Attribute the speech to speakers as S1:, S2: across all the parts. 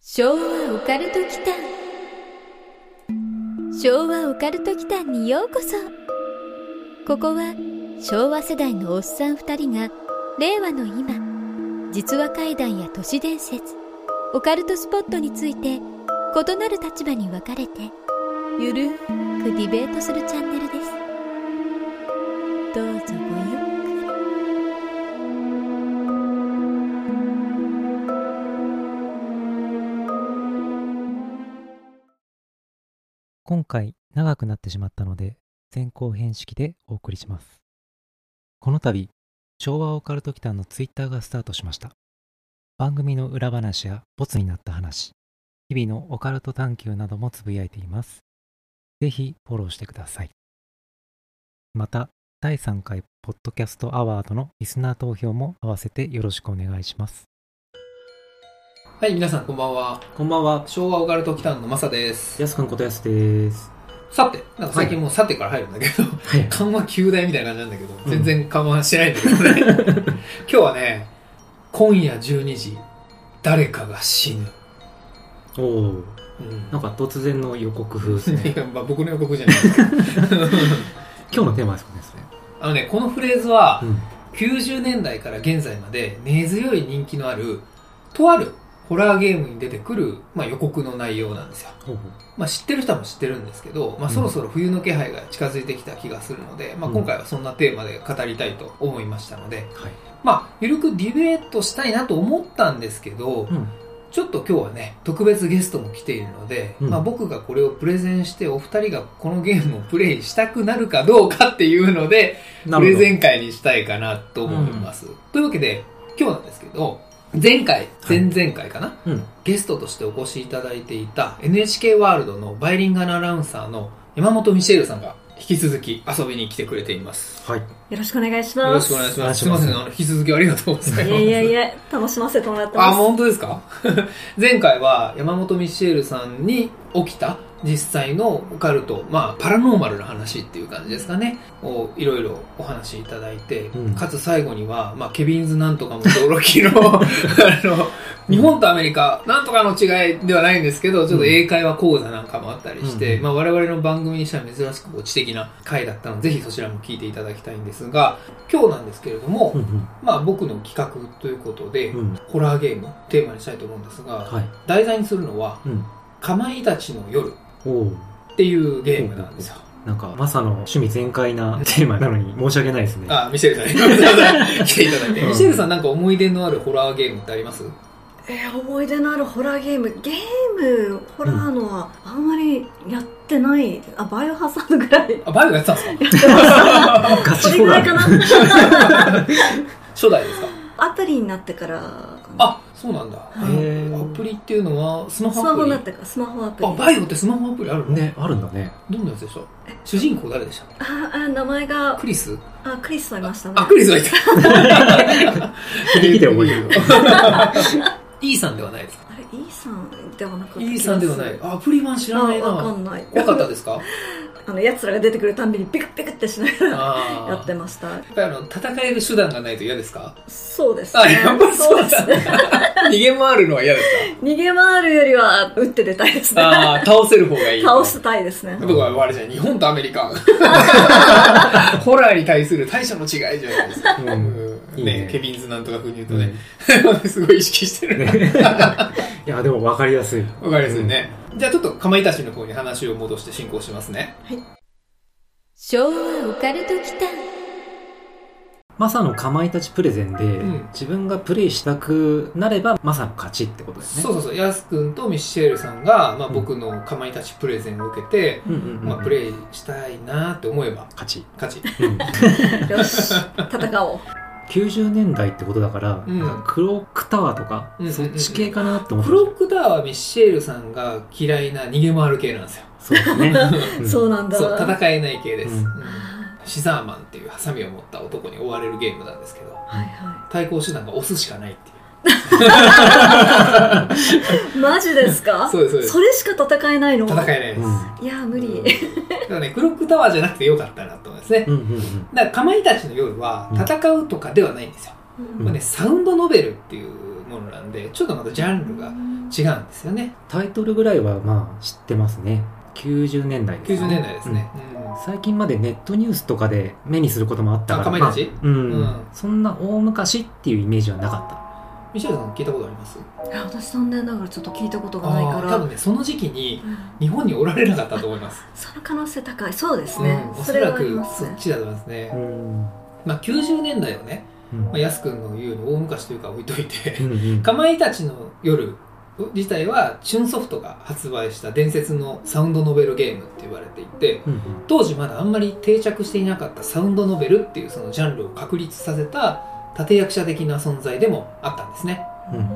S1: 昭和オカルト機関昭和オカルト機関にようこそここは昭和世代のおっさん2人が令和の今実話怪談や都市伝説オカルトスポットについて異なる立場に分かれてゆるーくディベートするチャンネルですどうぞごゆっくり
S2: 今回長くなってしまったので前後編式でお送りしますこの度昭和オカルト機関のツイッターがスタートしました番組の裏話やボツになった話日々のオカルト探求などもつぶやいていますぜひフォローしてくださいまた第3回ポッドキャストアワードのリスナー投票も合わせてよろしくお願いします
S3: はい、皆さんこんばんは。
S4: こんばんは、
S3: 昭和オカルト期間のマサです。
S4: やすくんことやすです。
S3: さて、なんか最近もうさてから入るんだけど、
S4: はい。
S3: 緩和9大みたいな感じなんだけど、全然緩和してないんだ けどね。今日はね、今夜12時、誰かが死ぬ。
S4: おお、
S3: うん
S4: なんか突然の予告風ですね。
S3: いや まあ僕の予告じゃないですけど
S4: 今日のテーマですかね、それ。
S3: あのね、このフレーズは、
S4: うん。
S3: 90年代から現在まで根強い人気のある、とあるホラーゲームに出てくる、まあ、予告の内容なんですよ。
S4: ほう
S3: まあ、知ってる人も知ってるんですけど、まあ、そろそろ冬の気配が近づいてきた気がするので、まあ、今回はそんなテーマで語りたいと思いましたので、
S4: はい。
S3: まあ、ゆるくディベートしたいなと思ったんですけど、
S4: うん。
S3: ちょっと今日はね、特別ゲストも来ているので、
S4: うん
S3: まあ、僕がこれをプレゼンして、お二人がこのゲームをプレイしたくなるかどうかっていうので、
S4: な
S3: プレ
S4: るほ
S3: ゼン会にしたいかなと思います。というわけで、今日なんですけど、前回、前々回かな、
S4: ど。うん。
S3: ゲストとしてお越しいただいていた NHK ワールドのバイリンガルアナウンサーの山本ミシェルさんが引き続き遊びに来てくれています。
S4: はい。
S5: よろしくお願いし
S3: よ
S5: ま
S3: ろしく
S5: す。
S3: お願いします。す
S4: お
S3: い
S4: 願いしま
S3: ま
S4: す
S3: せん、あの、引き続きありがとうございます。
S5: いやいやいや、楽しませてもらって
S3: あ、
S5: ます。
S3: 本当ですか 前回は山本ミシェルさんに起きた実際のオカルト、まあ、パラノーマルな話っていう感じですかね、をいろいろお話しいただいて、
S4: うん
S3: かつ最後には、まあ、ケビンズなんとかも驚きの、 あの、日本とアメリカ、なんとかの違いではないんですけど、ちょっと英会話講座なんかもあったりして、
S4: うん
S3: まあ、我々の番組にしては珍しくこう知的な回だったので、ぜひそちらも聞いていただきたいんですが、今日なんですけれども、
S4: うん
S3: まあ、僕の企画ということで、
S4: うん。うん。
S3: ホラーゲームをテーマにしたいと思うんですが、
S4: はい。
S3: 題材にするのは
S4: うん。
S3: 「かまいたちの夜」
S4: おお。
S3: っていうゲームなんですよ。
S4: なんか、まさの趣味全開なテーマなのに申し訳ないですね。
S3: あ、ミシェルさん、ごめんなさい来ていただいて。
S4: うん
S3: ミシェルさんなんか思い出のあるホラーゲームってあります
S5: えー思い出のあるホラーゲーム、ゲーム、ホラーのはあんまりやってない、あ、バイオハザードぐら いやって
S3: あ、バイオやってたんですか
S5: ました。
S4: ガ
S5: そ
S4: チ
S5: れ
S4: ホ
S5: ぐら
S4: ラ
S5: いか
S4: ー。
S5: な。
S3: 初代ですか
S5: アプリになってからかな、
S3: あ、そうなんだ。
S5: い
S4: へ
S3: ア
S4: ー
S3: プリっていうのはスマ
S5: ス
S3: ホ
S5: マ
S3: ア
S5: ホ
S3: プ
S5: に
S3: リ
S5: なってから、スマホアプリ。
S3: あ、バイオってスマホアプリあるの、
S4: ね、あるんだね。
S3: どんなやつでした主人公誰でした
S5: ああ、名前が
S3: ク、リス
S5: あ、クリスさんいましたね
S3: あ、。クリスがいた。
S4: 響きで覚えてる。
S3: E さんではないですか
S5: あれ、イーさんではなかった気がする。
S3: ?E さんではない。アプリ版知
S5: あ、
S3: らないな。
S5: わかんない。
S3: 怖かったですか
S5: あの、奴らが出てくるたんびにピクピクってしながら
S3: あー
S5: やってました。
S3: やっぱりあの戦える手段がないと嫌ですか
S5: そうです
S3: あ、やっぱりそう
S5: で
S3: だ
S5: すね。
S3: 逃げ回るのは嫌です
S5: 逃げ回るよりは打って出たいです
S3: か
S5: ね。
S3: ああ、倒せる方がいい。
S5: 倒したいですね。
S3: 僕はあれじゃん、日本とアメリ カ。ホラーに対する対処の違いじゃないですか。
S4: う。
S3: うんん
S4: いい
S3: ね
S4: ね
S3: ケビンズなんとか風に言うと
S4: うん
S3: ね、 すごい意識してるね。
S4: いや、でも分かりやすい。
S3: わかりますよね。じゃあちょっとかまいたちの方に話を戻して進行しますね。
S1: 昭和オカルト機関
S4: マサのかまいたちプレゼンで、
S3: ん
S4: 自分がプレイしたくなれば、マサの勝ちってことですね。
S3: そうそうそう、ヤス君とミシェルさんが、まあ僕のかまいたちプレゼンを受けて、
S4: うんうんうんうん。
S3: まあプレイしたいなって思えば
S4: 勝ち。
S3: 勝ち。
S4: うん
S5: よし、戦おう。
S4: 90年代ってことだから、
S3: うん
S4: なんかクロックタワーとか、
S3: うんうんうん
S4: そっち系かなって思って
S3: クロックタワーはミッシェルさんが嫌いな逃げ回る系なんですよ。
S4: そうですね、うん
S5: そうなんだ。
S3: そう、
S5: は
S3: 戦えない系です。
S4: うん
S3: うんシザーマンっていうハサミを持った男に追われるゲームなんですけど、
S5: いは
S3: 対抗手段が押すしかないっていう。
S5: い。マジですか
S3: そうですそうです
S5: れしか戦えないの
S3: 戦えないです。
S5: いや、無理。
S3: うんだからね、クロックタワーじゃなくてよかったなと思いますね。
S4: うんうんうんうん
S3: だから、かまいたちの夜は
S4: うん
S3: 戦うとかではないんですよ。
S5: う
S3: これ
S5: ん
S3: ね、サウンドノベルっていうもものなんでちょっとまたジャンルが違うんですよね
S4: タイトルぐらいはまあ知ってますね90年代です
S3: 90
S4: ね
S3: 年代ですね、
S4: うん最近までネットニュースとかで目にすることもあった
S3: あ
S4: から
S3: かまいたち
S4: まあうん
S3: うん
S4: そんな大昔っていうイメージはなか
S3: うんミシェルさん聞いたことあります
S5: いや私残念ながらちょっと聞いたことがないか
S3: あー
S5: ら
S3: 多分ねその時期に
S5: うん
S3: 日本におられなかったと思います、
S5: その可能性高いそうです
S3: う
S5: ね、
S3: んお
S5: そ
S3: そ
S5: れ
S3: ら
S5: はあり
S3: く
S5: ます
S3: そっ
S5: ね
S3: ちだと思いますね
S4: った、うん
S3: まあ、90年代をね、
S4: うん
S3: まあ、やすくんの言うように大昔というか置いといて
S4: うんうん
S3: かまいたちの夜自体はチュンソフトが発売した伝説のサウンドノベルゲームって言われていて
S4: うん
S3: 当時まだあんまり定着していなかったサウンドノベルっていうそのジャンルを確立させた立役者的な存在でもあったんですね
S4: うんうん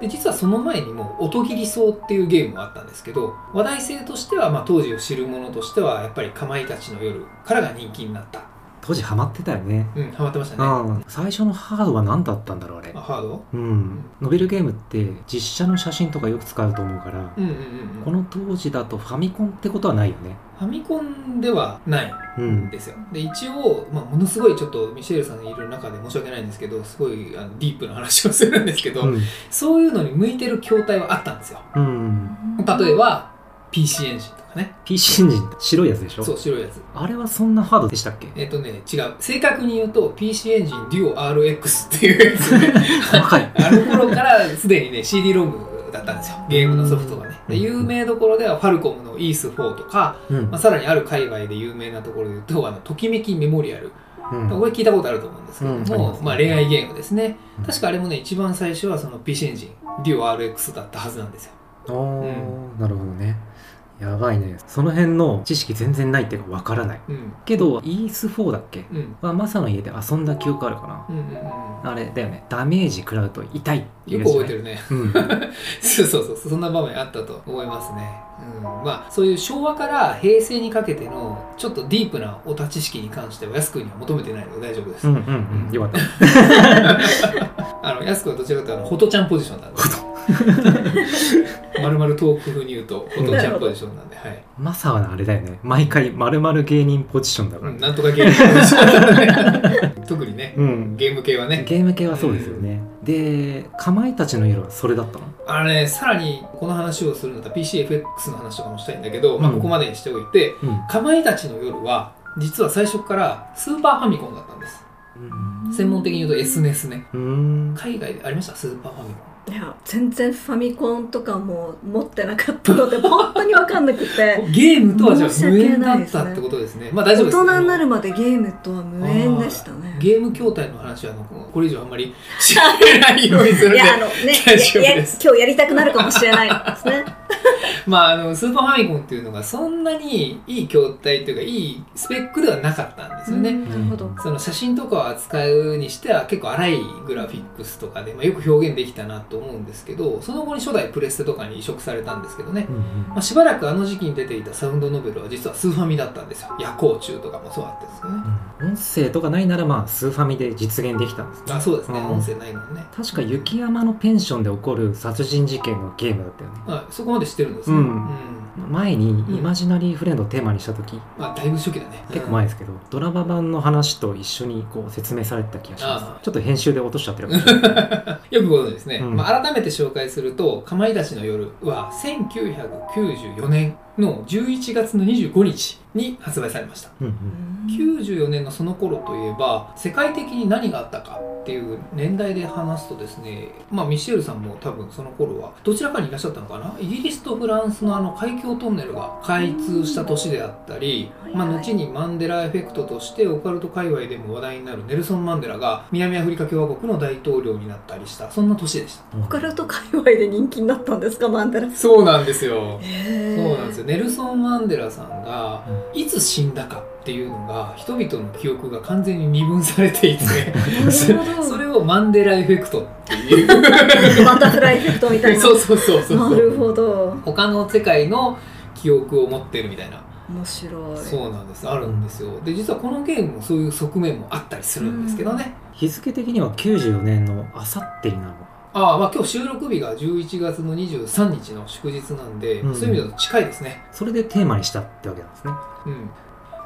S3: で実はその前にも「音切り草」っていうゲームもあったんですけど話題性としては、まあ、当時を知るものとしてはやっぱり「かまいたちの夜」からが人気になった
S4: 当時ハマってたよね
S3: うんハマってましたね
S4: うん最初のハードは何だったんだろうあれ
S3: あハード
S4: うんノベルゲームって実写の写真とかよく使うと思うから
S3: うんうんうんう
S4: こ
S3: ん
S4: の当時だとファミコンってことはないよね
S3: ファミコンではない
S4: うん
S3: ですよで一応、まあ、ものすごいちょっとミシェルさんいる中で申し訳ないんですけどすごいあのディープな話をするんですけど、
S4: うん
S3: そういうのに向いてる筐体はあったんですよ
S4: うん
S3: 例えば PC エンジンとかね
S4: PC エンジンって白いやつでしょ
S3: そう白いやつ
S4: あれはそんなハードでしたっけ
S3: えっ、とね違う正確に言うと PC エンジンデュオ RX っていうやつね
S4: 若い
S3: あの頃からすでにね CD ロムだったんですよゲームのソフトがねで有名どころではファルコムの ES4 とか、
S4: うん
S3: まあ、さらにある海外で有名なところで言うとあのときめきメモリアル
S4: うん
S3: これ聞いたことあると思うんですけど
S4: うんあり
S3: も、
S4: ますね
S3: まあ、恋愛ゲームですね、
S4: うん
S3: 確かあれもね一番最初はその PC エンジンデュオ RX だったはずなんですよ
S4: あーなるほどねやばいねその辺の知識全然ないっていうかわからない
S3: うん
S4: けど ES4 だっけ
S3: うん
S4: はマサの家で遊んだ記憶あるか
S3: うんうんうん
S4: なあれだよねダメージ食らうと痛いってい
S3: よ
S4: う
S3: く
S4: やつじゃ
S3: 覚え
S4: な
S3: て
S4: い
S3: るね
S4: うん
S3: そうそうそうそんな場面あったと思いますね、うん、まあそういう昭和から平成にかけてのちょっとディープなオタ知識に関しては安くんには求めてないので大丈夫です、
S4: うんうんうんよかった
S3: あの安くんはどちらかというとあのホトちゃんポジションなんで まるまるトーク風に言うとホトちゃんポジションなんで、はい
S4: マサはあれだよね毎回まるまる芸人ポジションだか
S3: う
S4: ら
S3: ん、なんとかゲームポジション特にね
S4: うん
S3: ゲーム系はね
S4: ゲーム系はそうですよね、でかまいたちの夜はそれだったの
S3: あのねさらにこの話をするんだったら PCFX の話とかもしたいんだけど、まあ、
S4: うん
S3: ここまでにしておいて
S4: うん
S3: 「かまいたちの夜」は実は最初からスーパーファミコンだったんです専門的に言うと S ネスね
S4: うん
S3: 海外でありましたスーパーファミコン
S5: いや全然ファミコンとかも持ってなかったので本当に分かんなくて
S3: ゲームとはじゃあ
S5: 申し
S3: 無
S5: 訳
S3: 縁
S5: な
S3: だ
S5: いで
S3: っ
S5: すね
S3: たってことですねまあ 大
S5: 大
S3: 丈夫です
S5: 人になるまでゲームとは無縁でしたね
S3: ゲーム筐体の話はあのこれ以上あんまり知られないようにするん
S5: い
S3: で
S5: やあのね
S3: 大丈夫
S5: いやいや
S3: です
S5: 今日やりたくなるかもしれないで すね
S3: まあ、あの、スーパーファミコンっていうのがそんなにいい筐体というか、いいスペックではなかったんですよね。
S5: うんなるほど
S3: その写真とかを扱うにしては結構荒いグラフィックスとかで、まあ、よく表現できたなと思うんですけどその後に初代プレステとかに移植されたんですけどね、
S4: うんうん
S3: まあ、しばらくあの時期に出ていたサウンドノベルは実はスーファミだったんですよ夜光虫とかもそうだったんですよね
S4: 音声とかないならまあスーファミで実現できたんですね
S3: あそうですね、
S4: うん
S3: 音声ないもんね、
S4: 確か雪山のペンションで起こる殺人事件のゲームだったよね
S3: はい、そこまで知ってるんです
S4: う
S3: ね、
S4: ん
S3: ん
S4: 前にイマジナリーフレンドをテーマにした時、
S3: まあ、だいぶ初期だね
S4: 結構前ですけど、ドラマ版の話と一緒にこう説明されてた気がし
S3: あ
S4: ま
S3: あ
S4: すちょっと編集で落としちゃってるかもしれない
S3: よくご存知ですね、
S4: うん
S3: まあ、改めて紹介すると「かまいたちの夜」は1994年の11月の25日に発売されました
S4: うんう
S5: うんん
S3: 94年のその頃といえば世界的に何があったかっていう年代で話すとですね、まあ、ミシェルさんも多分その頃はどちらかにいらっしゃったのかなイギリスとフランスのあの海峡トンネルが開通した年であったり、
S5: はい
S3: まあ、後にマンデラエフェクトとしてオカルト界隈でも話題になるネルソン・マンデラが南アフリカ共和国の大統領になったりしたそんな年でした
S4: うん
S5: オカルト界隈で人気になったんですかマンデラ
S3: そうなんですよ
S5: へ
S3: そうなんです
S5: よ
S3: よネルソン・マンデラさんがいつ死んだかっていうのが人々の記憶が完全に二分されていて
S5: なるほど
S3: そ れをマンデラエフェクトっていう
S5: バタフライエフェクトみたい な
S3: そうそうそうそう
S5: なるほど
S3: 他の世界の記憶を持ってるみたいな
S5: 面白い
S3: そうなんですあるんですよで実はこのゲームもそういう側面もあったりするんですけどね、
S4: 日付的には94年のあさってになるの
S3: ああまあ今日収録日が11月の23日の祝日なんで、
S4: うん
S3: そういう意味だと近いですね
S4: それでテーマにしたってわけなんですね
S3: うん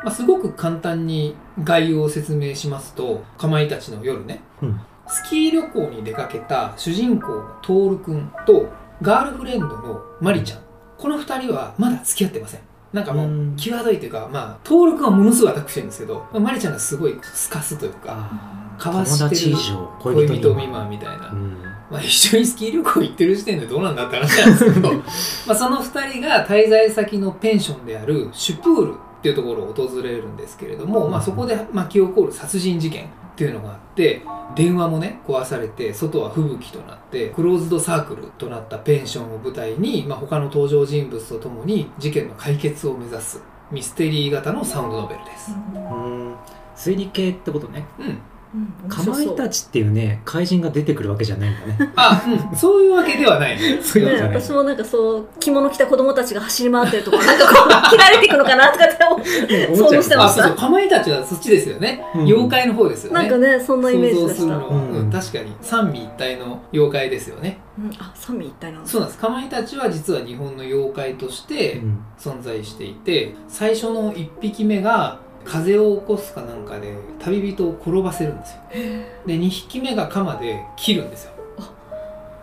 S3: まあ、すごく簡単に概要を説明しますと「かまいたちの夜ね」
S4: うん
S3: スキー旅行に出かけた主人公のトールくんとガールフレンドのマリちゃんこの2人はまだ付き合ってませんなんかも
S4: うん
S3: う際どいというかまあトールくんはものすごいアタックしてるんですけど、まあ、マリちゃんがすごいスカすというか
S4: あ
S3: かわして
S4: 友
S3: る
S4: 達以上
S3: 恋
S4: 恋人
S3: 人
S4: 未
S3: 未
S4: 満
S3: 満みたいな、
S4: うん
S3: まあ、一緒にスキー旅行行ってる時点でどうなんだって話なんですけ どまあその2人が滞在先のペンションであるシュプールっていうところを訪れるんですけれども、まあ、そこで巻き起こる殺人事件っていうのがあって電話もね壊されて外は吹雪となってクローズドサークルとなったペンションを舞台に、まあ、他の登場人物とともに事件の解決を目指すミステリー型のサウンドノベルです。
S4: うん推理系ってことね
S3: うん、
S5: うん
S4: かまいた
S5: ち
S4: ちっていうね怪人が出てくるわけじゃないんだ ね
S3: あ、うん、そういうわけではないね。
S4: そういうわけじゃない
S5: 私もなんかそう着物着た子供たちが走り回ってるとかなんかこう切られていくのかなとかって思
S4: 思
S5: う
S4: っちゃいま
S5: 想像
S4: す
S5: してま
S3: あ、
S5: し
S3: そうそう、かまいたちはそっちですよね。
S4: うん
S3: 妖怪の方ですよね。
S5: なんかねそんなイメージ
S3: 想像
S5: で
S3: す
S5: し
S3: る
S5: た、
S3: の
S5: う
S3: は、
S4: うん
S3: うん確かに三位一体の妖怪ですよね
S5: ん、あ三味一体なんです
S3: そうなんですかまいたちは実は日本の妖怪として
S4: うん
S3: 存在していて最初の1匹目が風を起こすかなんかで旅人を転ばせるんですよで2匹目が鎌で切るんですよ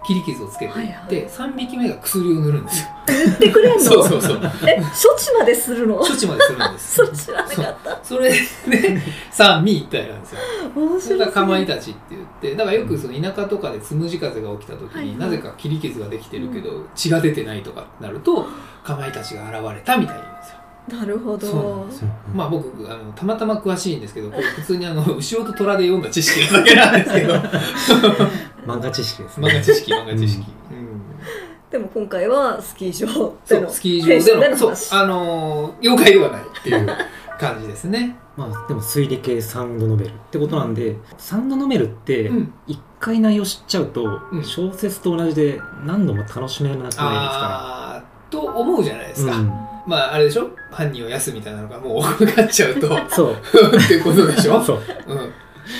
S3: 切り傷をつけていって、
S5: はい
S3: 3匹目が薬を塗るんですよ
S5: 言ってくれんの
S3: そうそうそう
S5: え処置までするの
S3: 処置までするんです
S5: それ知らなかった
S3: それで三位一体なんですよ
S5: 面白
S3: それがかまい
S5: た
S3: たちって言ってだからよくその田舎とかでつむじ風が起きた時
S5: はいはい
S3: になぜか切り傷ができてるけど血が出てないとかってなるとかまいたちが現れたみたいなんですよ。
S5: なるほ
S3: そうな
S5: ど
S3: んです
S4: そう
S3: まあ僕あのたまたま詳しいんですけどこれ普通にあの 牛尾と虎で読んだ知識だけなんですけ ど
S4: 漫画知識ですね
S3: 漫画知識漫画知識。うん
S5: でも今回はスキー場
S3: そ
S5: で
S3: う
S5: の
S3: スキー場でのそう
S5: 話
S3: あのー妖怪ではないっていう感じですね。
S4: まあでも推理系サウンドノベルってことなんでサウンドノベルって
S3: うん
S4: 一回内容知っちゃうと
S3: うん
S4: 小説と同じで何度も楽しめなくなるじゃ
S3: あーと思うじゃな
S4: ないで
S3: いで
S4: す
S3: す
S4: か
S3: か、まああれでしょ犯人を休みたいなのがもう分かっちゃうと
S4: うんそう
S3: っていうことでしょ
S4: そう
S3: うん、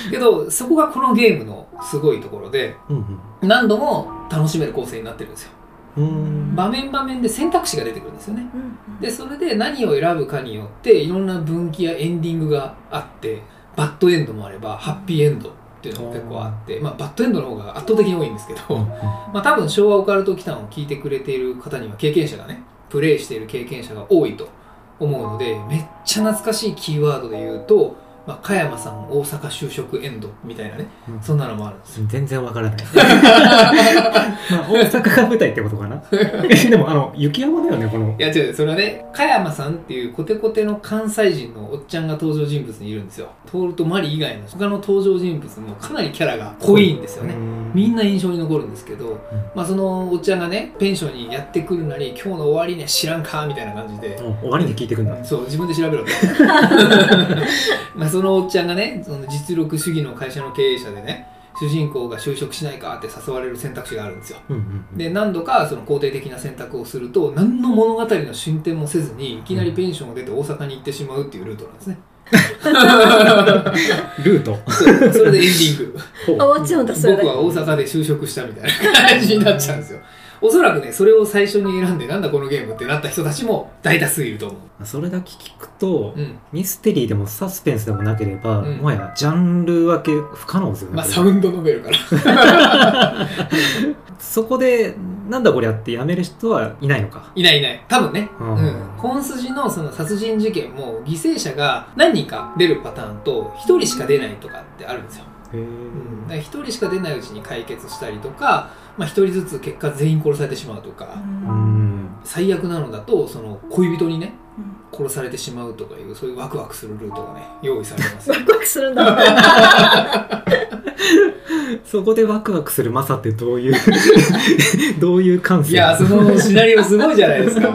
S3: けどそこがこのゲームのすごいところで
S4: うん
S3: 何度も楽しめる構成になってるんですよ
S4: うんうん
S3: 場面場面で選択肢が出てくるんですよね
S5: うんうん
S3: でそれで何を選ぶかによっていろんな分岐やエンディングがあってバッドエンドもあればハッピーエンドっていうのも結構あって、まあ、バッドエンドの方が圧倒的に多いんですけど、まあ、多分昭和オカルト期間を聞いてくれている方には経験者がねプレイしている経験者が多いと思うのでめっちゃ懐かしいキーワードで言うと、まあ、加山さん大阪就職エンドみたいなね、
S4: うん
S3: そんなのもあるんですよ
S4: 全然わ からないまあ大阪が舞台ってことか なでもあの雪山だよねこの
S3: いや違うそれはね加山さんっていうコテコテの関西人のおっちゃんが登場人物にいるんですよトールとマリ以外の他の登場人物もかなりキャラが濃いんですよね、みん
S4: な
S3: な印象に残るんですけど、まあ、そのおっちゃんがねペンションにやってくるなり今日の終わりには知らんかみたいな感じで
S4: 終わりに聞いてくんだ
S3: そう自分で調べろって まあそのおっちゃんがねその実力主義の会社の経営者でね主人公が就職しないかって誘われる選択肢があるんですよ
S4: うんうんうん
S3: で何度かその肯定的な選択をすると何の物語の進展もせずにいきなりペンションを出て大阪に行ってしまうっていうルートなんです ね
S4: ルート
S3: そうそれでエンディング
S5: あ終わっちゃうんだそれだ
S3: 僕は大阪で就職したみたいな感じになっちゃうんですよおそらくねそれを最初に選んでなんだこのゲームってなった人たちも大多数いると思
S4: それだけ聞くと
S3: う、うん、
S4: ミステリーでもサスペンスでもなければ、
S3: うん
S4: もはやジャンル分け不可能ですよね、
S3: まあ
S4: これ
S3: サウンドノベルから
S4: そこでなんだこりゃってやめる人はいないのか
S3: いないいない多分ね、
S4: う
S3: うんん本筋のその殺人事件も犠牲者が何人か出るパターンと1人しか出ないとかってあるんですよ、
S4: へえ
S3: うん、1人しか出ないうちに解決したりとか、まあ、1人ずつ結果全員殺されてしまうと
S5: う
S3: か、
S4: うんん
S3: 最悪なのだとその恋人にね
S5: うん
S3: 殺されてしまうとかいうそういうワクワクするルートがね用意されます
S5: ワクワクするんだ
S4: そこでワクワクするマサってどういうどういう感性
S3: いやそのシナリオすごいじゃない ですか、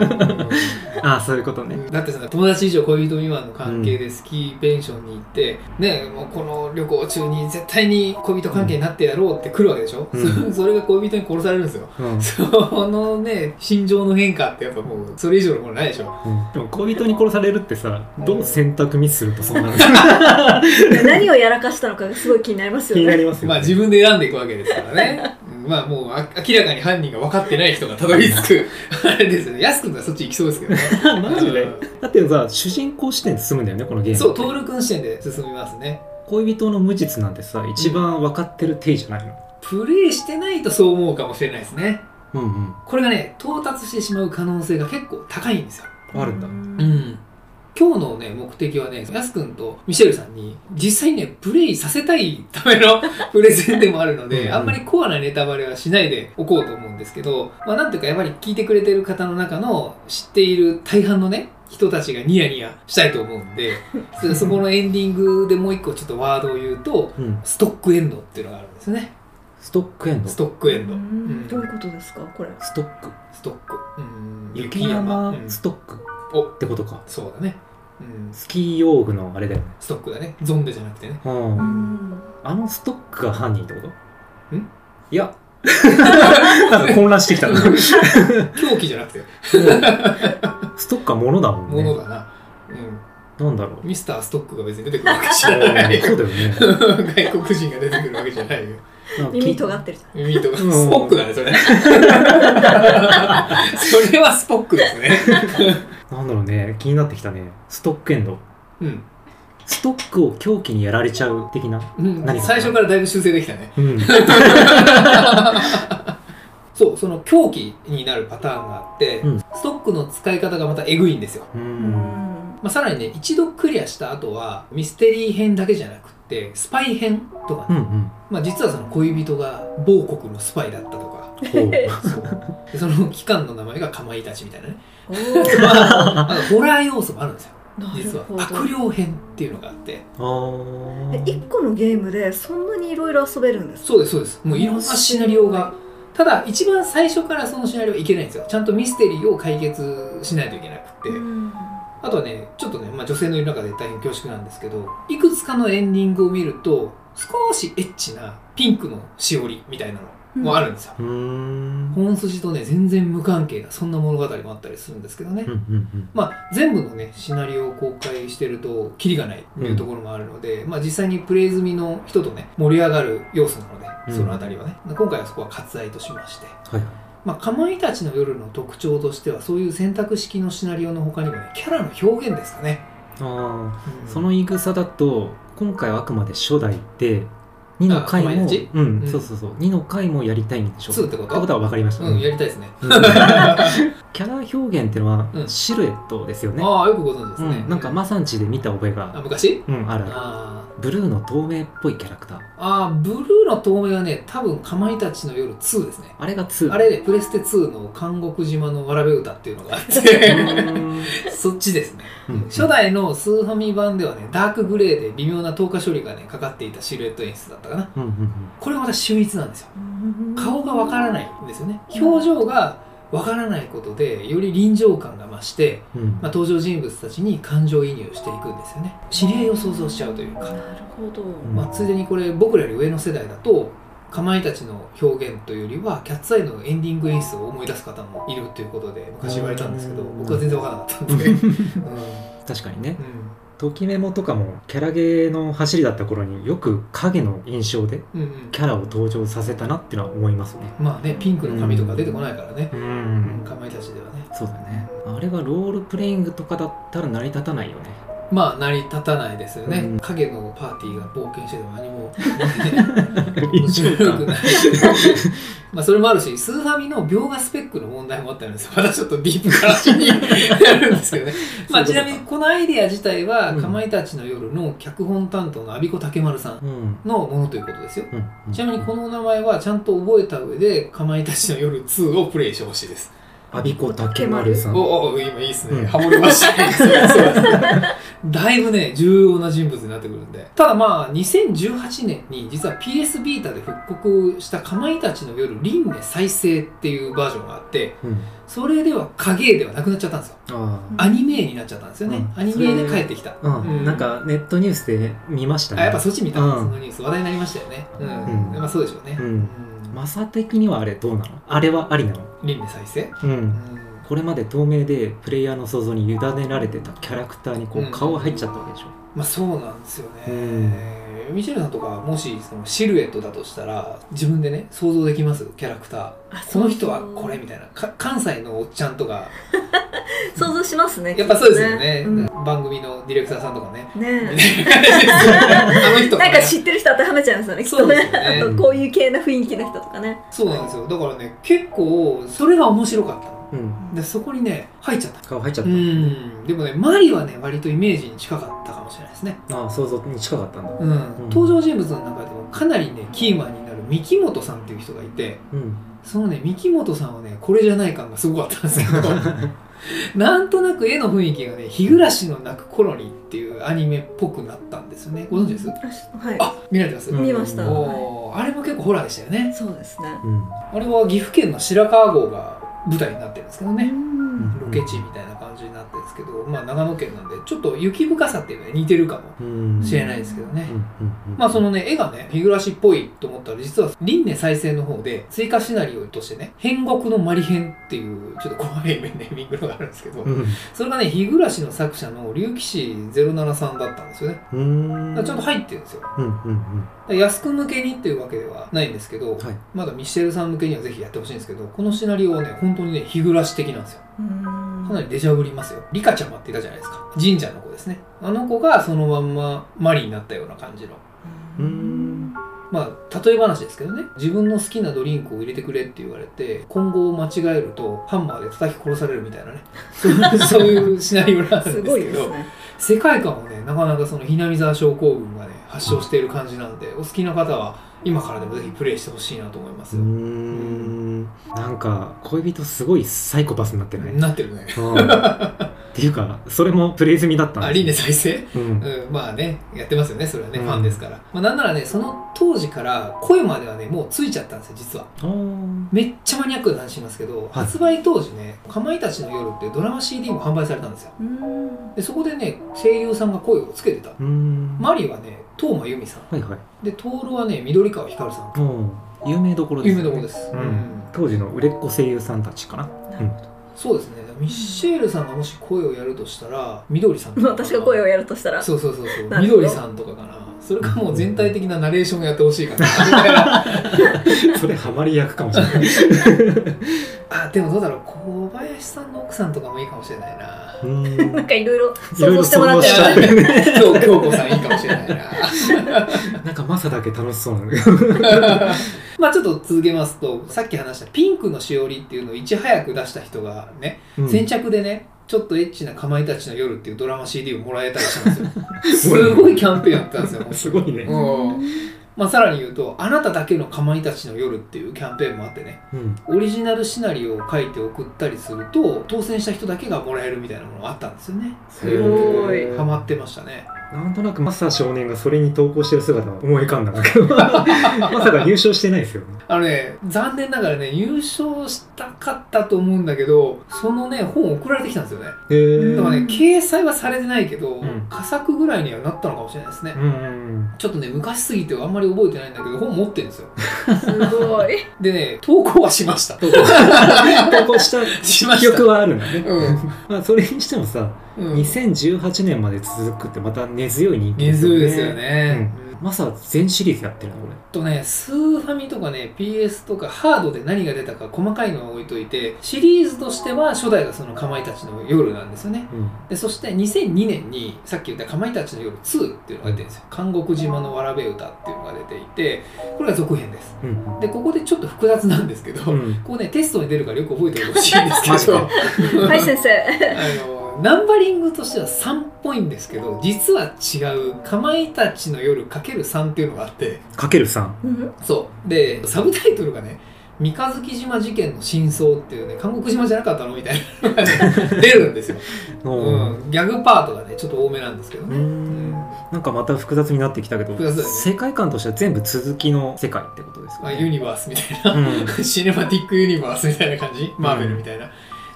S4: ああそういうことね、
S3: だってさ友達以上恋人未満の関係でスキーペンションに行って、ねもうこの旅行中に絶対に恋人関係になってやろうって来るわけでしょ、
S4: う
S3: それが恋人に殺されるんですよ
S4: うんうん
S3: そのね心情の変化ってやっぱもうそれ以上のものないでしょ
S4: でも恋人に殺されるってさどう選択ミスするとそうなる
S5: 何をやらかしたのかがすごい気になります
S4: 気に
S5: よ
S4: な
S5: ね
S4: りますよ、ね
S3: まあ自分で選んでいくわけですからねうんまあもうあ明らかに犯人が分かってない人がたどり着くあれですよねやすくんがそっち行きそうですけど ね
S4: マジで
S3: う
S4: だってさ主人公視点で進むんだよねこのゲー
S3: ん
S4: ム
S3: そう徹君視点で進みますね
S4: 恋人の無実なんてさ一番分かってる体じゃないの
S3: プレイしてないとそう思うかもしれないですね
S4: うんうん
S3: これがね到達してしまう可能性が結構高いんですよ
S4: あるんだ
S3: うん今日のね、目的はね、ヤス君とミシェルさんに、実際にね、プレイさせたいためのプレゼンでもある
S4: う
S3: の
S4: んう
S3: で、
S4: ん
S3: あんまりコアなネタバレはしないでおこうと思うんですけど、まあなんていうか、やっぱり聞いてくれてる方の中の知っている大半のね、人たちがニヤニヤしたいと思うんで、そそこのエンディングでもう一個ちょっとワードを言うと、
S4: うん
S3: ストックエンドっていうのがあるんですよね。
S4: ストックエンド
S3: ス
S4: ス
S3: トックエンド。
S5: う
S3: うん
S5: んどういうことですかこれ
S4: トック
S3: ストック。うん
S4: 雪山
S3: うん
S4: ストック
S3: お
S4: ってことか
S3: そうだね。うん、
S4: スキー用具のあれだよね
S3: ストックだね。ゾンデじゃなくてね。
S4: うん
S5: うん
S4: あのストックが犯人ってこと
S3: ん
S4: い やなんか混乱してきたな
S3: 狂気じゃなくて、
S4: ストックは物だもん
S3: も
S4: ね
S3: のだな。
S4: なんだろう
S3: うん。ミスターストックが別に出てくるわけじ
S4: そう
S3: ゃな
S4: だ
S3: い。
S4: よね
S3: 外国人が出てくるわけじゃないよ。
S4: なんか聞い
S5: 耳尖ってるじゃん
S3: 耳とか、
S4: うん
S3: スポックだね、それ。それはスポックですね。
S4: なんだろうね気になってきたねストックエンド
S3: うん。
S4: ストックを狂気にやられちゃう的な
S3: うん
S4: 何が
S3: 最初からだいぶ修正できたね。
S4: うん
S3: そう、その狂気になるパターンがあって、
S4: うん
S3: ストックの使い方がまたエグいんですよ。
S4: うん
S3: まあ、さらにね一度クリアした後はミステリー編だけじゃなくってスパイ編とか、
S4: う
S3: ね
S4: ん
S3: まあ、実はその恋人が某国のスパイだったとか
S4: うんほう
S3: そうでその機関の名前がかまいたちみたいな ね
S5: おー
S3: まああとホラー要素もあるんですよ
S5: な
S3: 実
S5: る
S3: は
S5: ほど
S3: 悪霊編っていうのがあって
S4: あー
S5: え一個のゲームでそんなにいろいろ遊べるんですか
S3: そうですそうですもういろんなシナリオがただ一番最初からそのシナリオはいけないんですよちゃんとミステリーを解決しないといけなくって、
S5: うん
S3: あとはね、ちょっとね、まあ、女性のいる中で大変恐縮なんですけど、いくつかのエンディングを見ると、少しエッチなピンクのしおりみたいなのもあるんですよ。
S4: うーんうん
S3: 本筋とね、全然無関係な、そんな物語もあったりするんですけどね。
S4: うんうん
S3: まあ、全部のね、シナリオを公開してると、キリがないっていうところもあるので、まあ、実際にプレイ済みの人とね、盛り上がる要素なので、
S4: うん
S3: そのあたりはね。今回はそこは割愛としまして。
S4: はいはい
S3: まあ、かまいたちの夜の特徴としては、そういう選択式のシナリオの他にもね、キャラの表現ですかね。
S4: ああ
S3: うん
S4: その言い草だと今回はあくまで初代で2の回
S3: あごめん
S4: も
S3: ね
S4: う
S3: うんん
S4: そうそうそう2の回もやりたいんでしょ
S3: そうってこと
S4: ってことは分かりました
S3: うん、やりたいですね。
S4: キャラ表現っていうのは
S3: うん
S4: シルエットですよね
S3: ああ、よくご存知ですね。
S4: うんなんかマサンチで見た覚えが
S3: あ、昔
S4: うんあるあ
S3: あ
S4: るブルーの透明っぽいキャラクター
S3: ーあー、ブルーの透明はね、多分かまいたちの夜2ですね。
S4: あれが2
S3: あれね、プレステ2の監獄島のわらべ歌っていうのがあっ
S4: う
S3: て、
S4: ーん
S3: そっちですね。
S4: うん
S3: 初代のスーファミ版ではね、ダークグレーで微妙な透過処理がね、かかっていたシルエット演出だったかな。
S4: うんうんうん
S3: これがまた秀逸なんですよ。
S5: うん
S3: 顔がわからないんですよね。表情がわからないことで、より臨場感が増して、
S4: うん
S3: まあ、登場人物たちに感情移入していくんですよね知り合いを想像しちゃうというか、
S5: なるほど
S4: ん
S3: まあ、ついでにこれ僕らより上の世代だとかまいたちの表現というよりはキャッツアイのエンディング演出を思い出す方もいるということで昔言われたんですけど
S4: うん
S3: 僕は全然わからなかったんで、 うん
S4: 確かにね
S3: うん
S4: ときメモとかもキャラゲーの走りだった頃によく影の印象で
S3: うんうん
S4: キャラを登場させたなっていうのは思いますね
S3: まあねピンクの髪とか出てこないからね
S4: う、
S3: うん
S4: ん
S3: かまいたちではね
S4: そうだねあれはロールプレイングとかだったら成り立たないよ ね
S3: まあ成り立たないですよね、
S4: うん
S3: 影のパーティーが冒険してても何 も面
S4: 印
S3: 白
S4: 象
S3: く
S4: 感
S3: ない まあそれもあるしスーファミの描画スペックの問題もあったんですよま だちょっとディープからしになるんですけ どね、まあ、
S4: そ
S3: ち
S4: ういうことか
S3: なみにこのアイデア自体は
S4: うん
S3: かまいたちの夜の脚本担当の阿比子竹丸さん
S4: うんうん
S3: のものということですよ
S4: うん
S3: ちなみにこのお名前はちゃんと覚えた上で「かまいたちの夜2」をプレイしてほしいです
S4: 阿比子竹丸さん
S3: おお今いいですね、
S4: うん
S3: ハモりましたね そうですねだいぶね重要な人物になってくるんでただまあ2018年に実は PS ビータで復刻した「かまいたちの夜輪廻再生」っていうバージョンがあって
S4: うん
S3: それでは影ではなくなっちゃったんですよ
S4: あ
S3: アニメになっちゃったんですよね、
S4: うん
S3: アニメで帰ってきた
S4: あうん、
S3: うん
S4: なんかネットニュースで見ましたね
S3: あやっぱそっち見た、
S4: うん
S3: そのニュース話題になりましたよねうん、
S4: うん
S3: まあそうでしょうね、
S4: うん
S3: うん
S4: マサ的にはあれどうなのあれはありなの
S3: 輪廻再生、
S4: う
S3: うんん
S4: これまで透明でプレイヤーの想像に委ねられてたキャラクターにこ
S3: うん
S4: う顔が入っちゃったわけでしょ、
S3: まあそうなんですよね、
S4: うん
S3: ミシェルさんとかもしそのシルエットだとしたら自分でね想像できますキャラクター
S5: あ
S3: こ
S5: そう
S3: の人はこれみたいなか関西のおっちゃんとか
S5: 想像しますね
S3: やっぱそうですよね
S5: うん
S3: うん番組のディレクターさんとかね
S5: ね
S3: あの人が
S5: えな
S3: ね
S5: んか知ってる人当てはめちゃいますよねきっ
S3: そ
S5: とね
S3: うですよ
S5: あとこういう系な雰囲気の人とかね
S3: そうなんですよだからね結構それが面白かったの
S4: うん。
S3: でそこにね入っちゃった
S4: 顔入っちゃっ
S3: うんでもねマリはね割とイメージに近かったかもしれないですね
S4: た。ああ、想像に近かったんだ。
S3: うん、
S4: うん
S3: 登場人物の中でもかなりねキーマンになる三木本さんっていう人がいて
S4: うん。
S3: そのね三木本さんはねこれじゃない感がすごかったんですけど なんとなく絵の雰囲気がね「日暮らしの泣くコロニー」っていうアニメっぽくなったんですよねご存知です
S5: あしはい
S3: あ見られてます、
S4: うん
S5: 見ました、は
S3: おーあれも結構ホラーでしたよ
S5: い、
S3: ね
S5: そうですね
S4: うん。
S3: あれは岐阜県の白川郷が舞台になってるんですけどね
S5: うん
S3: ロケ地みたいな感じになってるんですけど、まあ、長野県なんでちょっと雪深さっていうのは似てるか
S4: うん。
S3: もしれ
S4: い。
S3: ないですけどね、
S4: うん。うん。
S3: まあそのね、絵がね、日暮らしっぽいと思ったら、実は、輪廻再生の方で、追加シナリオとしてね、変国のマリ編っていう、ちょっと怖いネーミングのがあるんですけど、
S4: うん。
S3: それがね、日暮らしの作者の竜騎士07さんだったんですよね。
S4: うん。
S3: だからちょっと入ってるんですよ。だか
S4: うん。うん。うん。
S3: ら安く向けにっていうわけではないんですけど、
S4: はい。
S3: まだミシェルさん向けにはぜひやってほしいんですけど、このシナリオはね、本当にね、日暮らし的なんですよ。かなりデジャブりますよ。リカちゃまっていたじゃないですか。神社の子ですね。あの子がそのまんまマリになったような感じの。
S4: うん。
S3: まあ、例え話ですけどね自分の好きなドリンクを入れてくれって言われて今後を間違えるとハンマーで叩き殺されるみたいなねそう いうそういうシナリオなんです
S5: す
S3: け
S5: ご
S3: ど
S5: いですね
S3: 世界観もねなかなかそのひなみ沢症候群がね発症している感じなんでお好きな方は今からでもぜひプレイしてほしいなと思います
S4: う
S3: よ、
S4: ん。なんか、恋人すごいサイコパスになってない。
S3: なってるね
S4: うんっていうか、それもプレイ済みだったん
S3: あリンネ
S4: す。
S3: 再生、
S4: うん。
S3: うん、まあねやってますよねそれはね、
S4: うん
S3: ファンですから、まあ、なんならねその当時から声まではねもうついちゃったんですよ実は
S4: あ
S3: めっちゃマニアックな話しますけど、発売当時ね「かまいたちの夜」ってドラマ CD も販売されたんですよ
S5: うん
S3: でそこでね声優さんが声をつけてた
S4: ーうん。
S3: マリはね當真由美さん
S4: はいはい。
S3: でトールはね緑川光さん
S4: もう、有名どころです、
S3: 有
S4: ね。
S3: 名どころです、
S4: うん
S3: うん
S4: 当時の売れっ子声優さんたちかな。
S3: そうですねミッシェールさんがもし声をやるとしたら緑さんとか
S5: 私が声をやるとしたら
S3: そうそうそうそう
S5: なるほど
S3: 緑さんとかかなそれかもう全体的なナレーションやってほしいかなみた いな
S4: それハマり役かもしれない。
S3: あでもどうだろう小林さんの奥さんとかもいいかもしれないな
S5: な
S4: うん
S5: かいろいろ想像してもらっ
S4: いろいろ想像
S5: て
S4: しちゃう
S3: 今日 京子さんいいかもしれないな
S4: なんかマサだけ楽しそうなの
S3: まあちょっと続けますとさっき話したピンクのしおりっていうのをいち早く出した人がね、先着でねちょっとエッチなかまいたちの夜っていうドラマ CD をもらえたりしたんですよすごいキャンペーンやってたんですよ
S4: すごいね。
S3: うんまあ、さらに言うと「あなただけのかまいたちの夜」っていうキャンペーンもあってね
S4: うん。
S3: オリジナルシナリオを書いて送ったりすると当選した人だけがもらえるみたいなものがあったんですよね
S5: すごい
S3: ハマってましたね
S4: なんとなくマサ少年がそれに投稿してる姿は思い浮かんだんだ けど、マサが入賞してないですよね。
S3: あのね、残念ながらね、優勝したかったと思うんだけど、そのね、本送られてきたんですよね。
S4: へ
S3: だ
S4: ー
S3: からね、
S5: うん
S3: 掲載はされてないけど、
S4: ん
S3: 佳作ぐらいにはなったのかもしれないですね。
S4: うん。
S3: ちょっとね、昔すぎてあんまり覚えてないんだけど、本持ってるんですよ。
S5: すごい
S3: でね、投稿はしま した。
S4: 投稿した
S3: しま
S4: 記
S3: した。
S4: 憶はあるんだね。
S3: うん
S4: まあそれにしてもさ、
S3: うん。
S4: 2018年まで続くってまた根強い人気
S3: 根強いですよ。ね。うん
S4: マサ全シリーズやってるのこ
S3: あとね、スーファミとかね、PS とかハードで何が出たか細かいのは置いといて、シリーズとしては初代がそのかまいたちの夜なんですよね。
S4: れ。うん。
S3: でそして2002年にさっき言った「かまいたちの夜2」っていうのが出てるんですよ「監獄島のわらべ歌」っていうのが出ていてこれが続編です
S4: うん。
S3: でここでちょっと複雑なんですけど、
S4: うん
S3: ここねテストに出るからよく覚えておいてほしいんですけどあ
S4: マ
S5: はい先生
S3: のナンバリングとしては3っぽいんですけど実は違う「かまいたちの夜 ×3」っていうのがあって
S4: かける3。
S5: うん
S3: そうでサブタイトルがね「三日月島事件の真相」っていうね監獄島じゃなかったのみたいなのがね出るんですよ、
S4: うん
S3: うん、ギャグパートがねちょっと多めなんですけどね、
S4: うんなんかまた複雑になってきたけど、
S3: 複雑だよね
S4: 世界観としては全部続きの世界ってことですか
S3: まあ、
S4: ね。
S3: ユニバースみたい
S4: うん
S3: なシネマティックユニバースみたいな感じマーベルみたいな、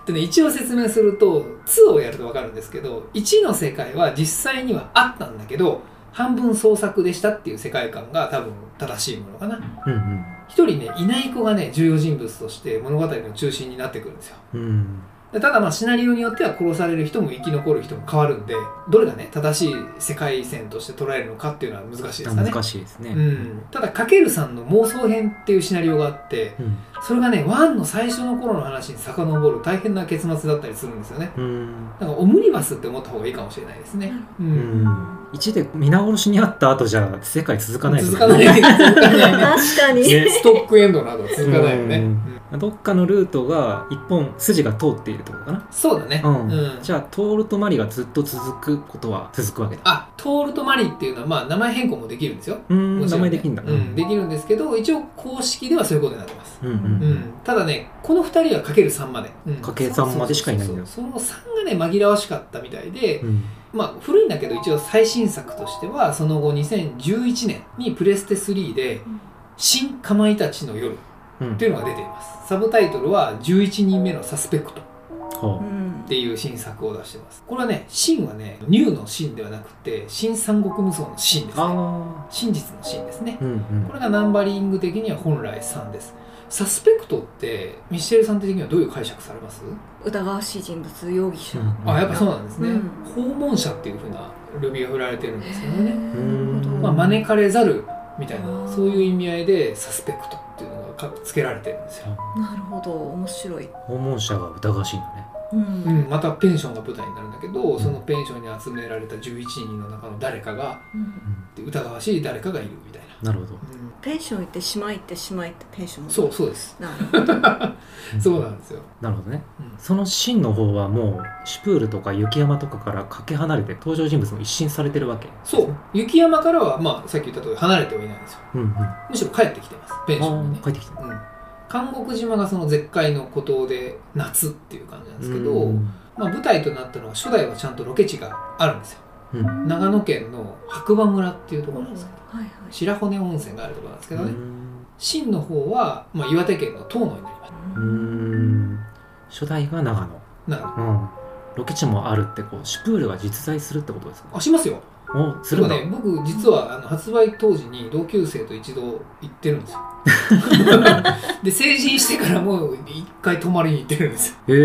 S3: でね一応説明すると2をやると分かるんですけど1の世界は実際にはあったんだけど半分創作でしたっていう世界観が多分正しいものかな
S4: うん
S3: 一人ねいない子がね重要人物として物語の中心になってくるんですよ
S4: うん。
S3: でただまあシナリオによっては殺される人も生き残る人も変わるんでどれがね正しい世界線として捉えるのかっていうのは難しいですかね
S4: 難しいですね。
S3: うん、ただかけるさんの妄想編っていうシナリオがあって
S4: うん。
S3: それがねワンの最初の頃の話に遡る大変な結末だったりするんですよね
S4: うん。
S3: なんかオムニバスって思った方がいいかもしれないですね、う、
S4: うんん。1で皆殺しにあった後じゃ世界続かないです
S3: 続
S4: よ
S3: かない続か ない
S5: 確かに。
S4: ね
S3: ストックエンドなどは続かないよね、
S4: うん
S3: うん
S4: どっかのルートが一本筋が通っているところかな。
S3: そうだね、
S4: うん。
S3: うん
S4: じゃあ、トールとマリがずっと続くことは続くわけだ。
S3: あトールとマリーっていうのはまあ名前変更もできるんですよ
S4: うん、
S3: もち
S4: 名
S3: ろ
S4: 前
S3: ね
S4: できるんだ。
S3: うん、できるんですけど一応公式ではそういうことになってます、
S4: うんう
S3: うんん、ただねこの2人はかける3まで、うん、
S4: かける3までしかいないんだよ
S3: そうそうそうその3がね紛らわしかったみたいで、
S4: うん。
S3: まあ古いんだけど一応最新作としてはその後2011年にプレステ3で「新かまいたちの夜」
S4: うん。
S3: っていうのが出ていますサブタイトルは「11人目のサスペクト」
S4: は
S5: うん
S3: っていう新作を出してますこれはね「新」はね「ニュー」の「新」ではなくて「新三国無双」の「新」です
S4: あ。
S3: ね
S4: あ
S3: 真実の「新」ですね
S4: あ。うんうん
S3: こ。れがナンバリング的には本来3ですサスペクトってミシェルさん的にはどういう解釈されます、
S5: 疑わしい人物、容疑者。
S4: うん
S3: あやっぱそうなんですね、
S5: うん
S3: 訪問者っていうふうなルビが振られてるんですよ
S5: へ
S3: ね、
S5: ーなるほど
S3: まあ、招かれざるみたい
S5: あ
S3: な
S5: ー
S3: そういう意味合いでサスペクトっていうのがかつけられてるんですよ、
S5: なるほど、面白い。
S4: 訪問者が疑わしいんだね。
S5: う。
S3: うんん、またペンションが舞台になるんだけどそのペンションに集められた11人の中の誰かが
S5: うん
S3: 疑わしい誰かがいるみたい
S4: なるほど。
S3: な、うん
S5: ペンション行って、島行って、島行って、ペンション。
S3: そう。そうです
S5: なるほど。
S3: そうなんですよ、
S4: なるほどね。
S3: うん
S4: その真の方はもう、シュプールとか雪山とかからかけ離れて登場人物も一新されてるわけ。
S3: そう。雪山からは、まあ、さっき言った通り離れてはいないんですよ
S4: うんうん。
S3: むしろ帰ってきてますペンションにね
S4: あー帰ってきてる。
S3: うん韓国島がその絶海の孤島で夏っていう感じなんですけど、
S4: うん
S3: まあ、舞台となったのは初代はちゃんとロケ地があるんですよ
S4: うん
S3: 長野県の白馬村っていうところなんですけど
S5: はいはい。
S3: 白骨温泉があるところなんですけど
S4: う
S3: ね
S4: ん
S3: 真の方は、まあ、岩手県の遠野になります
S4: うーん初代が長野、
S3: なる
S4: うん、ロケ地もあるってこうシュプールが実在するってことですか
S3: あしますよ
S4: おするんだ、
S3: てかね僕実はあの発売当時に同級生と一度行ってるんです よで成人してからもう一回泊まりに行ってるんですよ、
S4: へえ、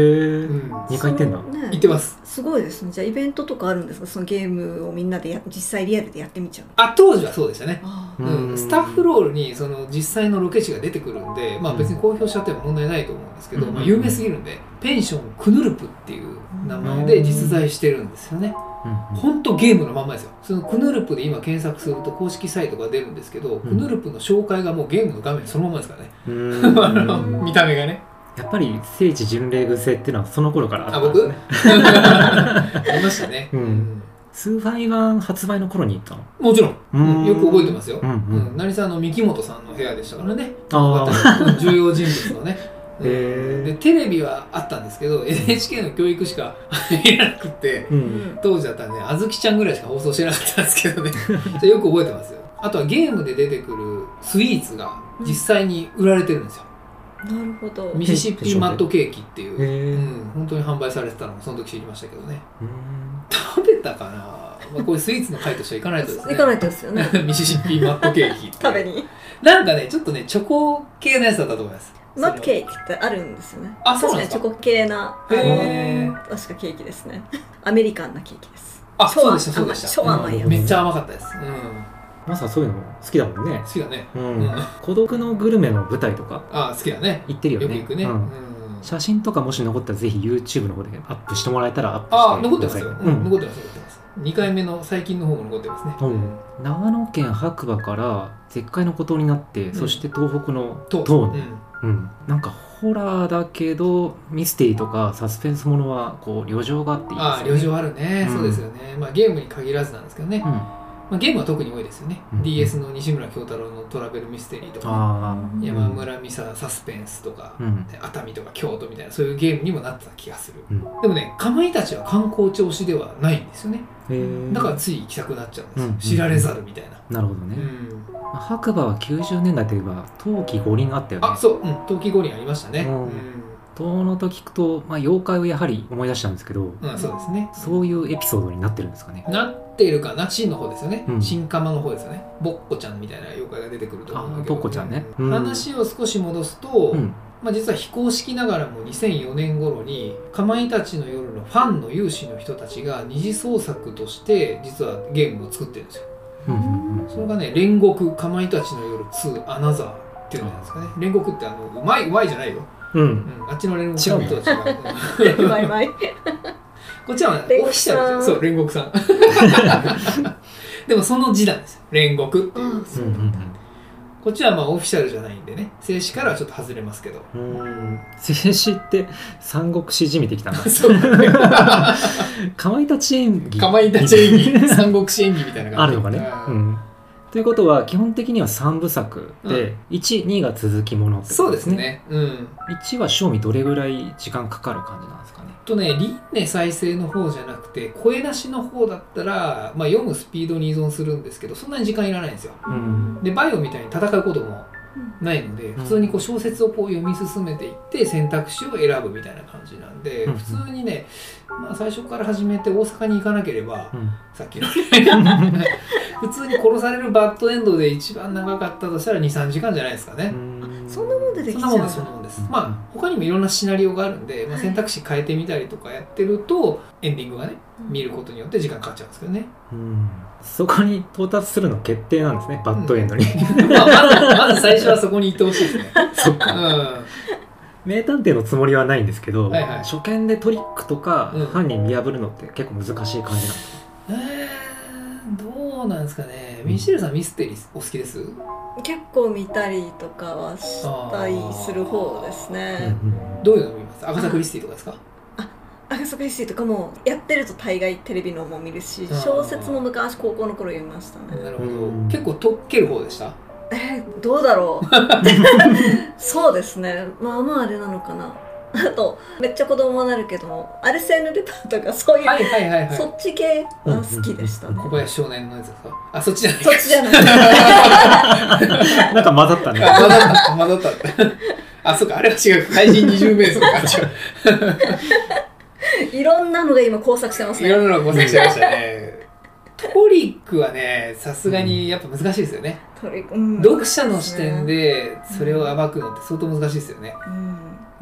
S3: うん、
S4: 2回行ってんだ
S5: そうね
S3: 行ってます
S5: すごいですね。じゃあイベントとかあるんですかそのゲームをみんなでや実際リアルでやってみちゃう。
S3: あ当時はそうでしたね
S5: あ
S4: うん
S5: あ。
S3: うん、スタッフロールにその実際のロケ地が出てくるんで、まあ、別に公表しちゃっても問題ないと思うんですけど、
S4: うん
S3: まあ、有名すぎるんでペンションクヌルプっていう名前で実在してるんですよね
S4: うん
S3: ほんとゲームのまんまですよそのクヌルプで今検索すると公式サイトが出るんですけど、クヌルプの紹介がもうゲームの画面そのままですからね、
S4: うん
S3: あの
S4: うん
S3: 見た目がね
S4: やっぱり聖地巡礼癖っていうのはその頃からあった
S3: あ
S4: んです
S3: 僕 あ
S4: ね
S3: りましたね、
S4: うんスーファイが発売の頃に行ったの
S3: もちろん、
S4: うん
S3: よく覚えてますよ、
S4: うんうん
S3: うん、成さんの三木本さんの部屋でしたからね
S4: ああ
S3: うん重要人物のね、うん
S4: へー
S3: でテレビはあったんですけど NHK の教育しか 入らなくて
S4: う
S5: うんん。
S3: 当時だったらねあずきちゃんぐらいしか放送してなかったんですけ どねじゃよく覚えてますよあとはゲームで出てくるスイーツが実際に売られてるんですよ、
S5: なるほど。
S3: ミシシッピマットケーキっていう、
S4: へえ
S3: うん、本当に販売されてたのもその時知りましたけどね
S4: うん
S3: 食べたかな、まあ、これスイーツの回としてはいかないとですね
S5: 行かないとですよね。
S3: と ミシシッピマットケーキっていう
S5: 食べに。
S3: なんかねちょっとねチョコ系のやつだったと思います
S5: マットケーキってあるんですよね。
S3: あそうなんですか
S5: 確かにチョコ系な。あ
S3: へ
S5: の
S3: え
S5: 確かケーキですね。アメリカンなケーキです。
S3: あ
S5: 超
S3: そう
S5: 甘
S3: で
S5: い
S3: したそうでした
S5: 超甘いや
S4: つ
S3: めっちゃ甘かったですうん
S4: マサそういうの好きだもんね
S3: 好、きだね
S4: う
S3: うん
S4: ん
S3: あ
S4: 孤独のグルメの舞台とか
S3: 好きだね
S4: 行ってるよね
S3: よく行くね
S4: う
S3: うんん
S4: 写真とかもし残ったらぜひ YouTube の方でアップしてもらえたらアップして
S3: あ残ってます
S4: く
S3: よ
S4: ださい
S3: う
S4: う
S3: ん
S4: ん
S3: 残ってます残ってます2回目の最近の方も残ってますね
S4: うん長野県白馬から絶海の孤島になって、
S3: ん
S4: そして東北の
S3: と
S4: 塔
S3: う
S4: に、
S3: ん
S4: うんなんかホラーだけどミステリーとかサスペンスものはこう旅情があっていいです
S3: あ
S4: よね
S3: 旅情あるね
S4: うん
S3: そうですよねまあゲームに限らずなんですけどね
S4: うん、
S3: まあゲームは特に多いですよね
S4: うん
S3: DS の西村京太郎のトラベルミステリーとか
S4: あー
S3: 山村美沙サスペンスとか
S4: うん
S3: 熱海とか京都みたいなそういうゲームにもなってた気がする
S4: うん
S3: でもねかまいたちは観光調子ではないんですよね
S4: へー
S3: だからつい行きたくなっちゃうんです
S4: う
S3: よ
S4: ん
S3: 知られざるみたいな
S4: なるほどね、
S3: うん
S4: まあ白馬は90年代といえば冬季五輪あったよね
S3: あそう、うん、冬季五輪ありましたね。
S4: う
S3: うんん、
S4: 冬のと聞くと、まあ、妖怪をやはり思い出したんですけど
S3: うんそうですね。
S4: そういうエピソードになってるんですかね
S3: なってるかな、真の方ですよね。
S4: うん
S3: 新釜の方ですよね。ぼっこちゃんみたいな妖怪が出てくると思うんだけど。
S4: あぼっこちゃんね
S3: う
S4: うん
S3: 話を少し戻すと、
S4: うん
S3: まあ、実は非公式ながらも2004年頃にかまいたちの夜のファンの有志の人たちが二次創作として実はゲームを作ってるんですよ
S4: うんうんうん
S3: それがね「煉獄かまいたちの夜2アナザー」っていうのなんですかね煉獄ってあのうまいうまいじゃないよ、
S4: うん
S3: うん、あっちの煉獄さんとは違う
S5: バイバイ。
S3: こっちはねオフィ
S5: 煉獄
S3: シ
S5: さん
S3: ャルですよそう煉獄さんでもその字なんですよ煉獄っていう、
S5: うん
S4: うん
S3: こっちはまあオフィシャルじゃないんでね静止からはちょっと外れますけど
S4: うんうん静止って三国志じみてきたんだ
S3: そう
S4: かまいたち演技
S3: かまいたち演技三国志演技みたいな
S4: あ
S3: 感
S4: る
S3: じ
S4: のかね、
S3: う
S4: うんん、ということは基本的には3部作で、12が続きものってこ
S3: そ
S4: と
S3: うですねうん
S4: 1は賞味どれぐらい時間かかる感じなんですかね
S3: とね輪廻再生の方じゃなくて声出しの方だったら、まあ、読むスピードに依存するんですけどそんなに時間いらないんですよ
S4: うん
S3: でバイオみたいに戦うこともないので
S4: ん
S3: 普通にこう小説をこう読み進めていって選択肢を選ぶみたいな感じなんで
S4: うん
S3: 普通にね、まあ、最初から始めて大阪に行かなければ
S4: うん
S3: さっきの 普通に殺されるバッドエンドで一番長かったとしたら23時間じゃないですかね、
S4: うん
S5: そんなもんでで
S3: そ
S5: き
S3: ん
S5: ち
S3: な
S5: ゃ
S3: も
S5: うん
S3: ですそんなもんです、
S4: うん
S3: まあ他にもいろんなシナリオがあるんで、まあ、
S5: はい
S3: 選択肢変えてみたりとかやってるとエンディングがね見ることによって時間かかっちゃうんですけどね、
S4: うんそこに到達するの決定なんですねバッドエンドに、
S3: まあ、まずまず最初はそこに行ってほしい ですね
S4: そっ
S3: う
S4: か
S3: ん
S4: 名探偵のつもりはないんですけど、
S3: はいはい
S4: 初見でトリックとか、
S3: うん
S4: 犯人見破るのって結構難しい感じなんですか
S3: えーどうなんですかねミシェルさんミステリーお好きです
S5: 結構見たりとかはしたりする方ですね。
S4: うんうん
S3: どういうの見ますアガサ・クリスティとかですか
S5: アクセクシーとかもやってると大概テレビのも見るし
S3: ー
S5: 小説も昔高校の頃読みましたね。
S3: なるほど
S4: うん
S3: 結構とっける方でした
S5: えーどうだろうそうですねまあまああれなのかなあとめっちゃ子供になるけどもアルセーヌ・ルパンとかそういう、
S3: はいはいはいはい
S5: そっち系は好きでしたね、
S3: 小林少年のやつですかあそっちじゃない
S5: そっちじゃない
S4: なんか混ざったね
S3: あ混ざった混ざったってあそっかあれは違う怪人20名相か違
S5: いろんなのが今工作してます
S3: うい
S5: ね
S3: ろんなのご存知しましたねトリックはねさすがにやっぱ難しいですよね、
S5: とりうん
S3: 読者の視点でそれを暴くのって相当難しいですよね
S5: う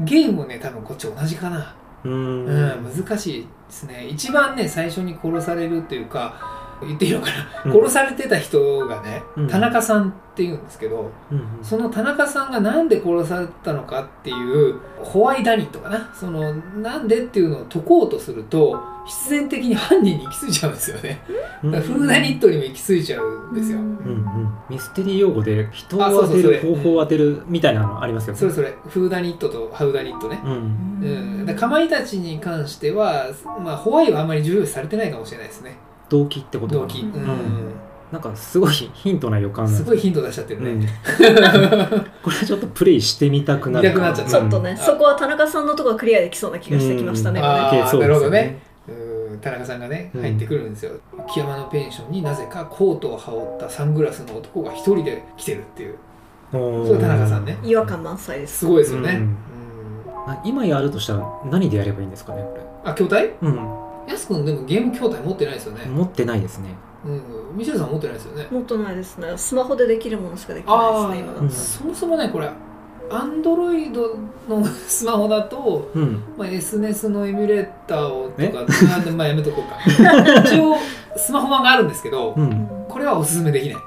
S5: ん
S3: ゲームもね多分こっち同じかな
S4: うん
S3: うん、難しいですね一番ね最初に殺されるというか言っていいのかな、
S4: うん
S3: 殺されてた人がね、
S4: うん
S3: 田中さんっていうんですけど
S4: うんうん
S3: その田中さんがなんで殺されたのかっていうホワイダニットかなそのなんでっていうのを解こうとすると必然的に犯人に行き着いちゃうんですよねだからフーダニットにも行き着いちゃうんですよ、
S4: うんうん、ミステリー用語で人を
S3: あそう
S4: 当
S3: そう
S4: て
S3: それ
S4: る方法を当てるみたいなのありますよね
S3: それそれフーダニットとハウダニットね、
S4: うん
S3: う
S5: うん
S3: ん、でかまいたちに関しては、まあ、ホワイはあんまり重要視されてないかもしれないですね
S4: 動機ってことか
S3: 動
S4: な
S3: 機、
S5: うん
S3: うん
S4: なんかすごいヒントな予感なん
S3: す
S4: です
S3: ごいヒント出しちゃってるね、
S4: うん これちょっとプレイしてみたくなる
S3: 見たくなっちゃ
S5: ちょっとね、
S3: ん
S5: そこは田中さんのとこはクリアできそうな気がしてきましたね、
S4: うん
S5: これ
S3: あー
S4: いけそうですよ
S3: なるほどねうん田中さんがね
S4: うん
S3: 入ってくるんですよ、木山のペンションになぜかコートを羽織ったサングラスの男が一人で来てるっていう
S4: おー
S3: それ田中さんね
S5: 違和感満載です
S3: すごいですよね、
S4: うん
S3: うん
S4: あ今やるとしたら何でやればいいんですかねこ
S3: あ筐体
S4: れ、うん、
S3: やすくんでもゲーム筐体持ってないですよね、
S4: 持ってないですね
S3: うん、ミシェルさん持ってないですよね
S5: もっとないですねスマホでできるものしかでき
S3: あ
S5: な
S3: あ
S5: いですね今だ
S3: ー、
S5: と
S4: うん
S3: そもそもねこれアンドロイドのスマホだと、
S4: うん
S3: まあ、SNES のエミュレーターをとかあでまあやめとこ うか一応スマホ版があるんですけど
S4: うん
S3: これはおすすめできない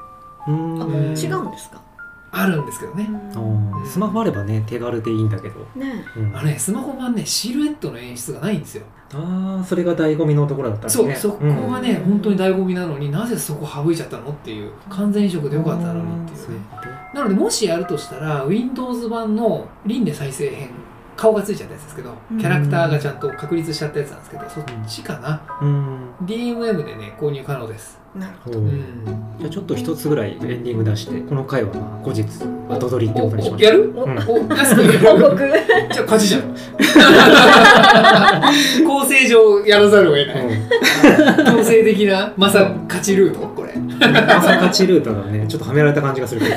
S4: うん
S5: あ
S3: ん
S5: 違うんですか、
S3: あるんですけどね
S4: あースマホあればね手軽でいいんだけど、
S5: ねえ
S4: うん
S3: あのね、スマホ版ね、シルエットの演出がないんですよ。
S4: あーそれが醍醐味のところだったんです
S3: そう、
S4: ね
S3: そこ
S4: うん
S3: がね、
S5: う
S3: 本
S5: ん
S3: 当に醍醐味なのになぜそこ省いちゃったのっていう、完全移植でよかったのにっていうね。
S4: あーそういうこ
S3: なので、もしやるとしたら、Windows 版の輪廻再生編、顔がついちゃったやつですけど、
S5: うん
S3: キャラクターがちゃんと確立しちゃったやつなんですけど、そっちかな。
S4: とうん、
S3: DMM でね、購入可能です。
S5: なるほど
S4: う
S3: うんん。
S4: じゃあちょっと一つぐらいエンディング出してこの回は後日後取りってことにしま
S3: お
S4: しょ
S3: やる
S4: う、うん、
S3: お、安くや
S5: 報
S3: る
S5: 告
S3: じゃあ、勝ちじゃん。構成上やらざるを得ない。強制的な、まさ勝ちルートこれ。
S4: まさかチルートだねちょっとはめられた感じがするけど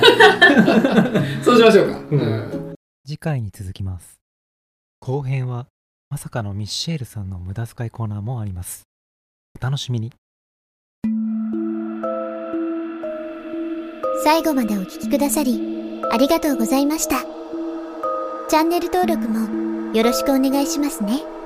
S3: そうしましょうか。
S4: うん
S2: 次回に続きます後編はまさかのミッシェールさんの無駄遣いコーナーもありますお楽しみに
S1: 最後までお聞きくださりありがとうございましたチャンネル登録もよろしくお願いしますね。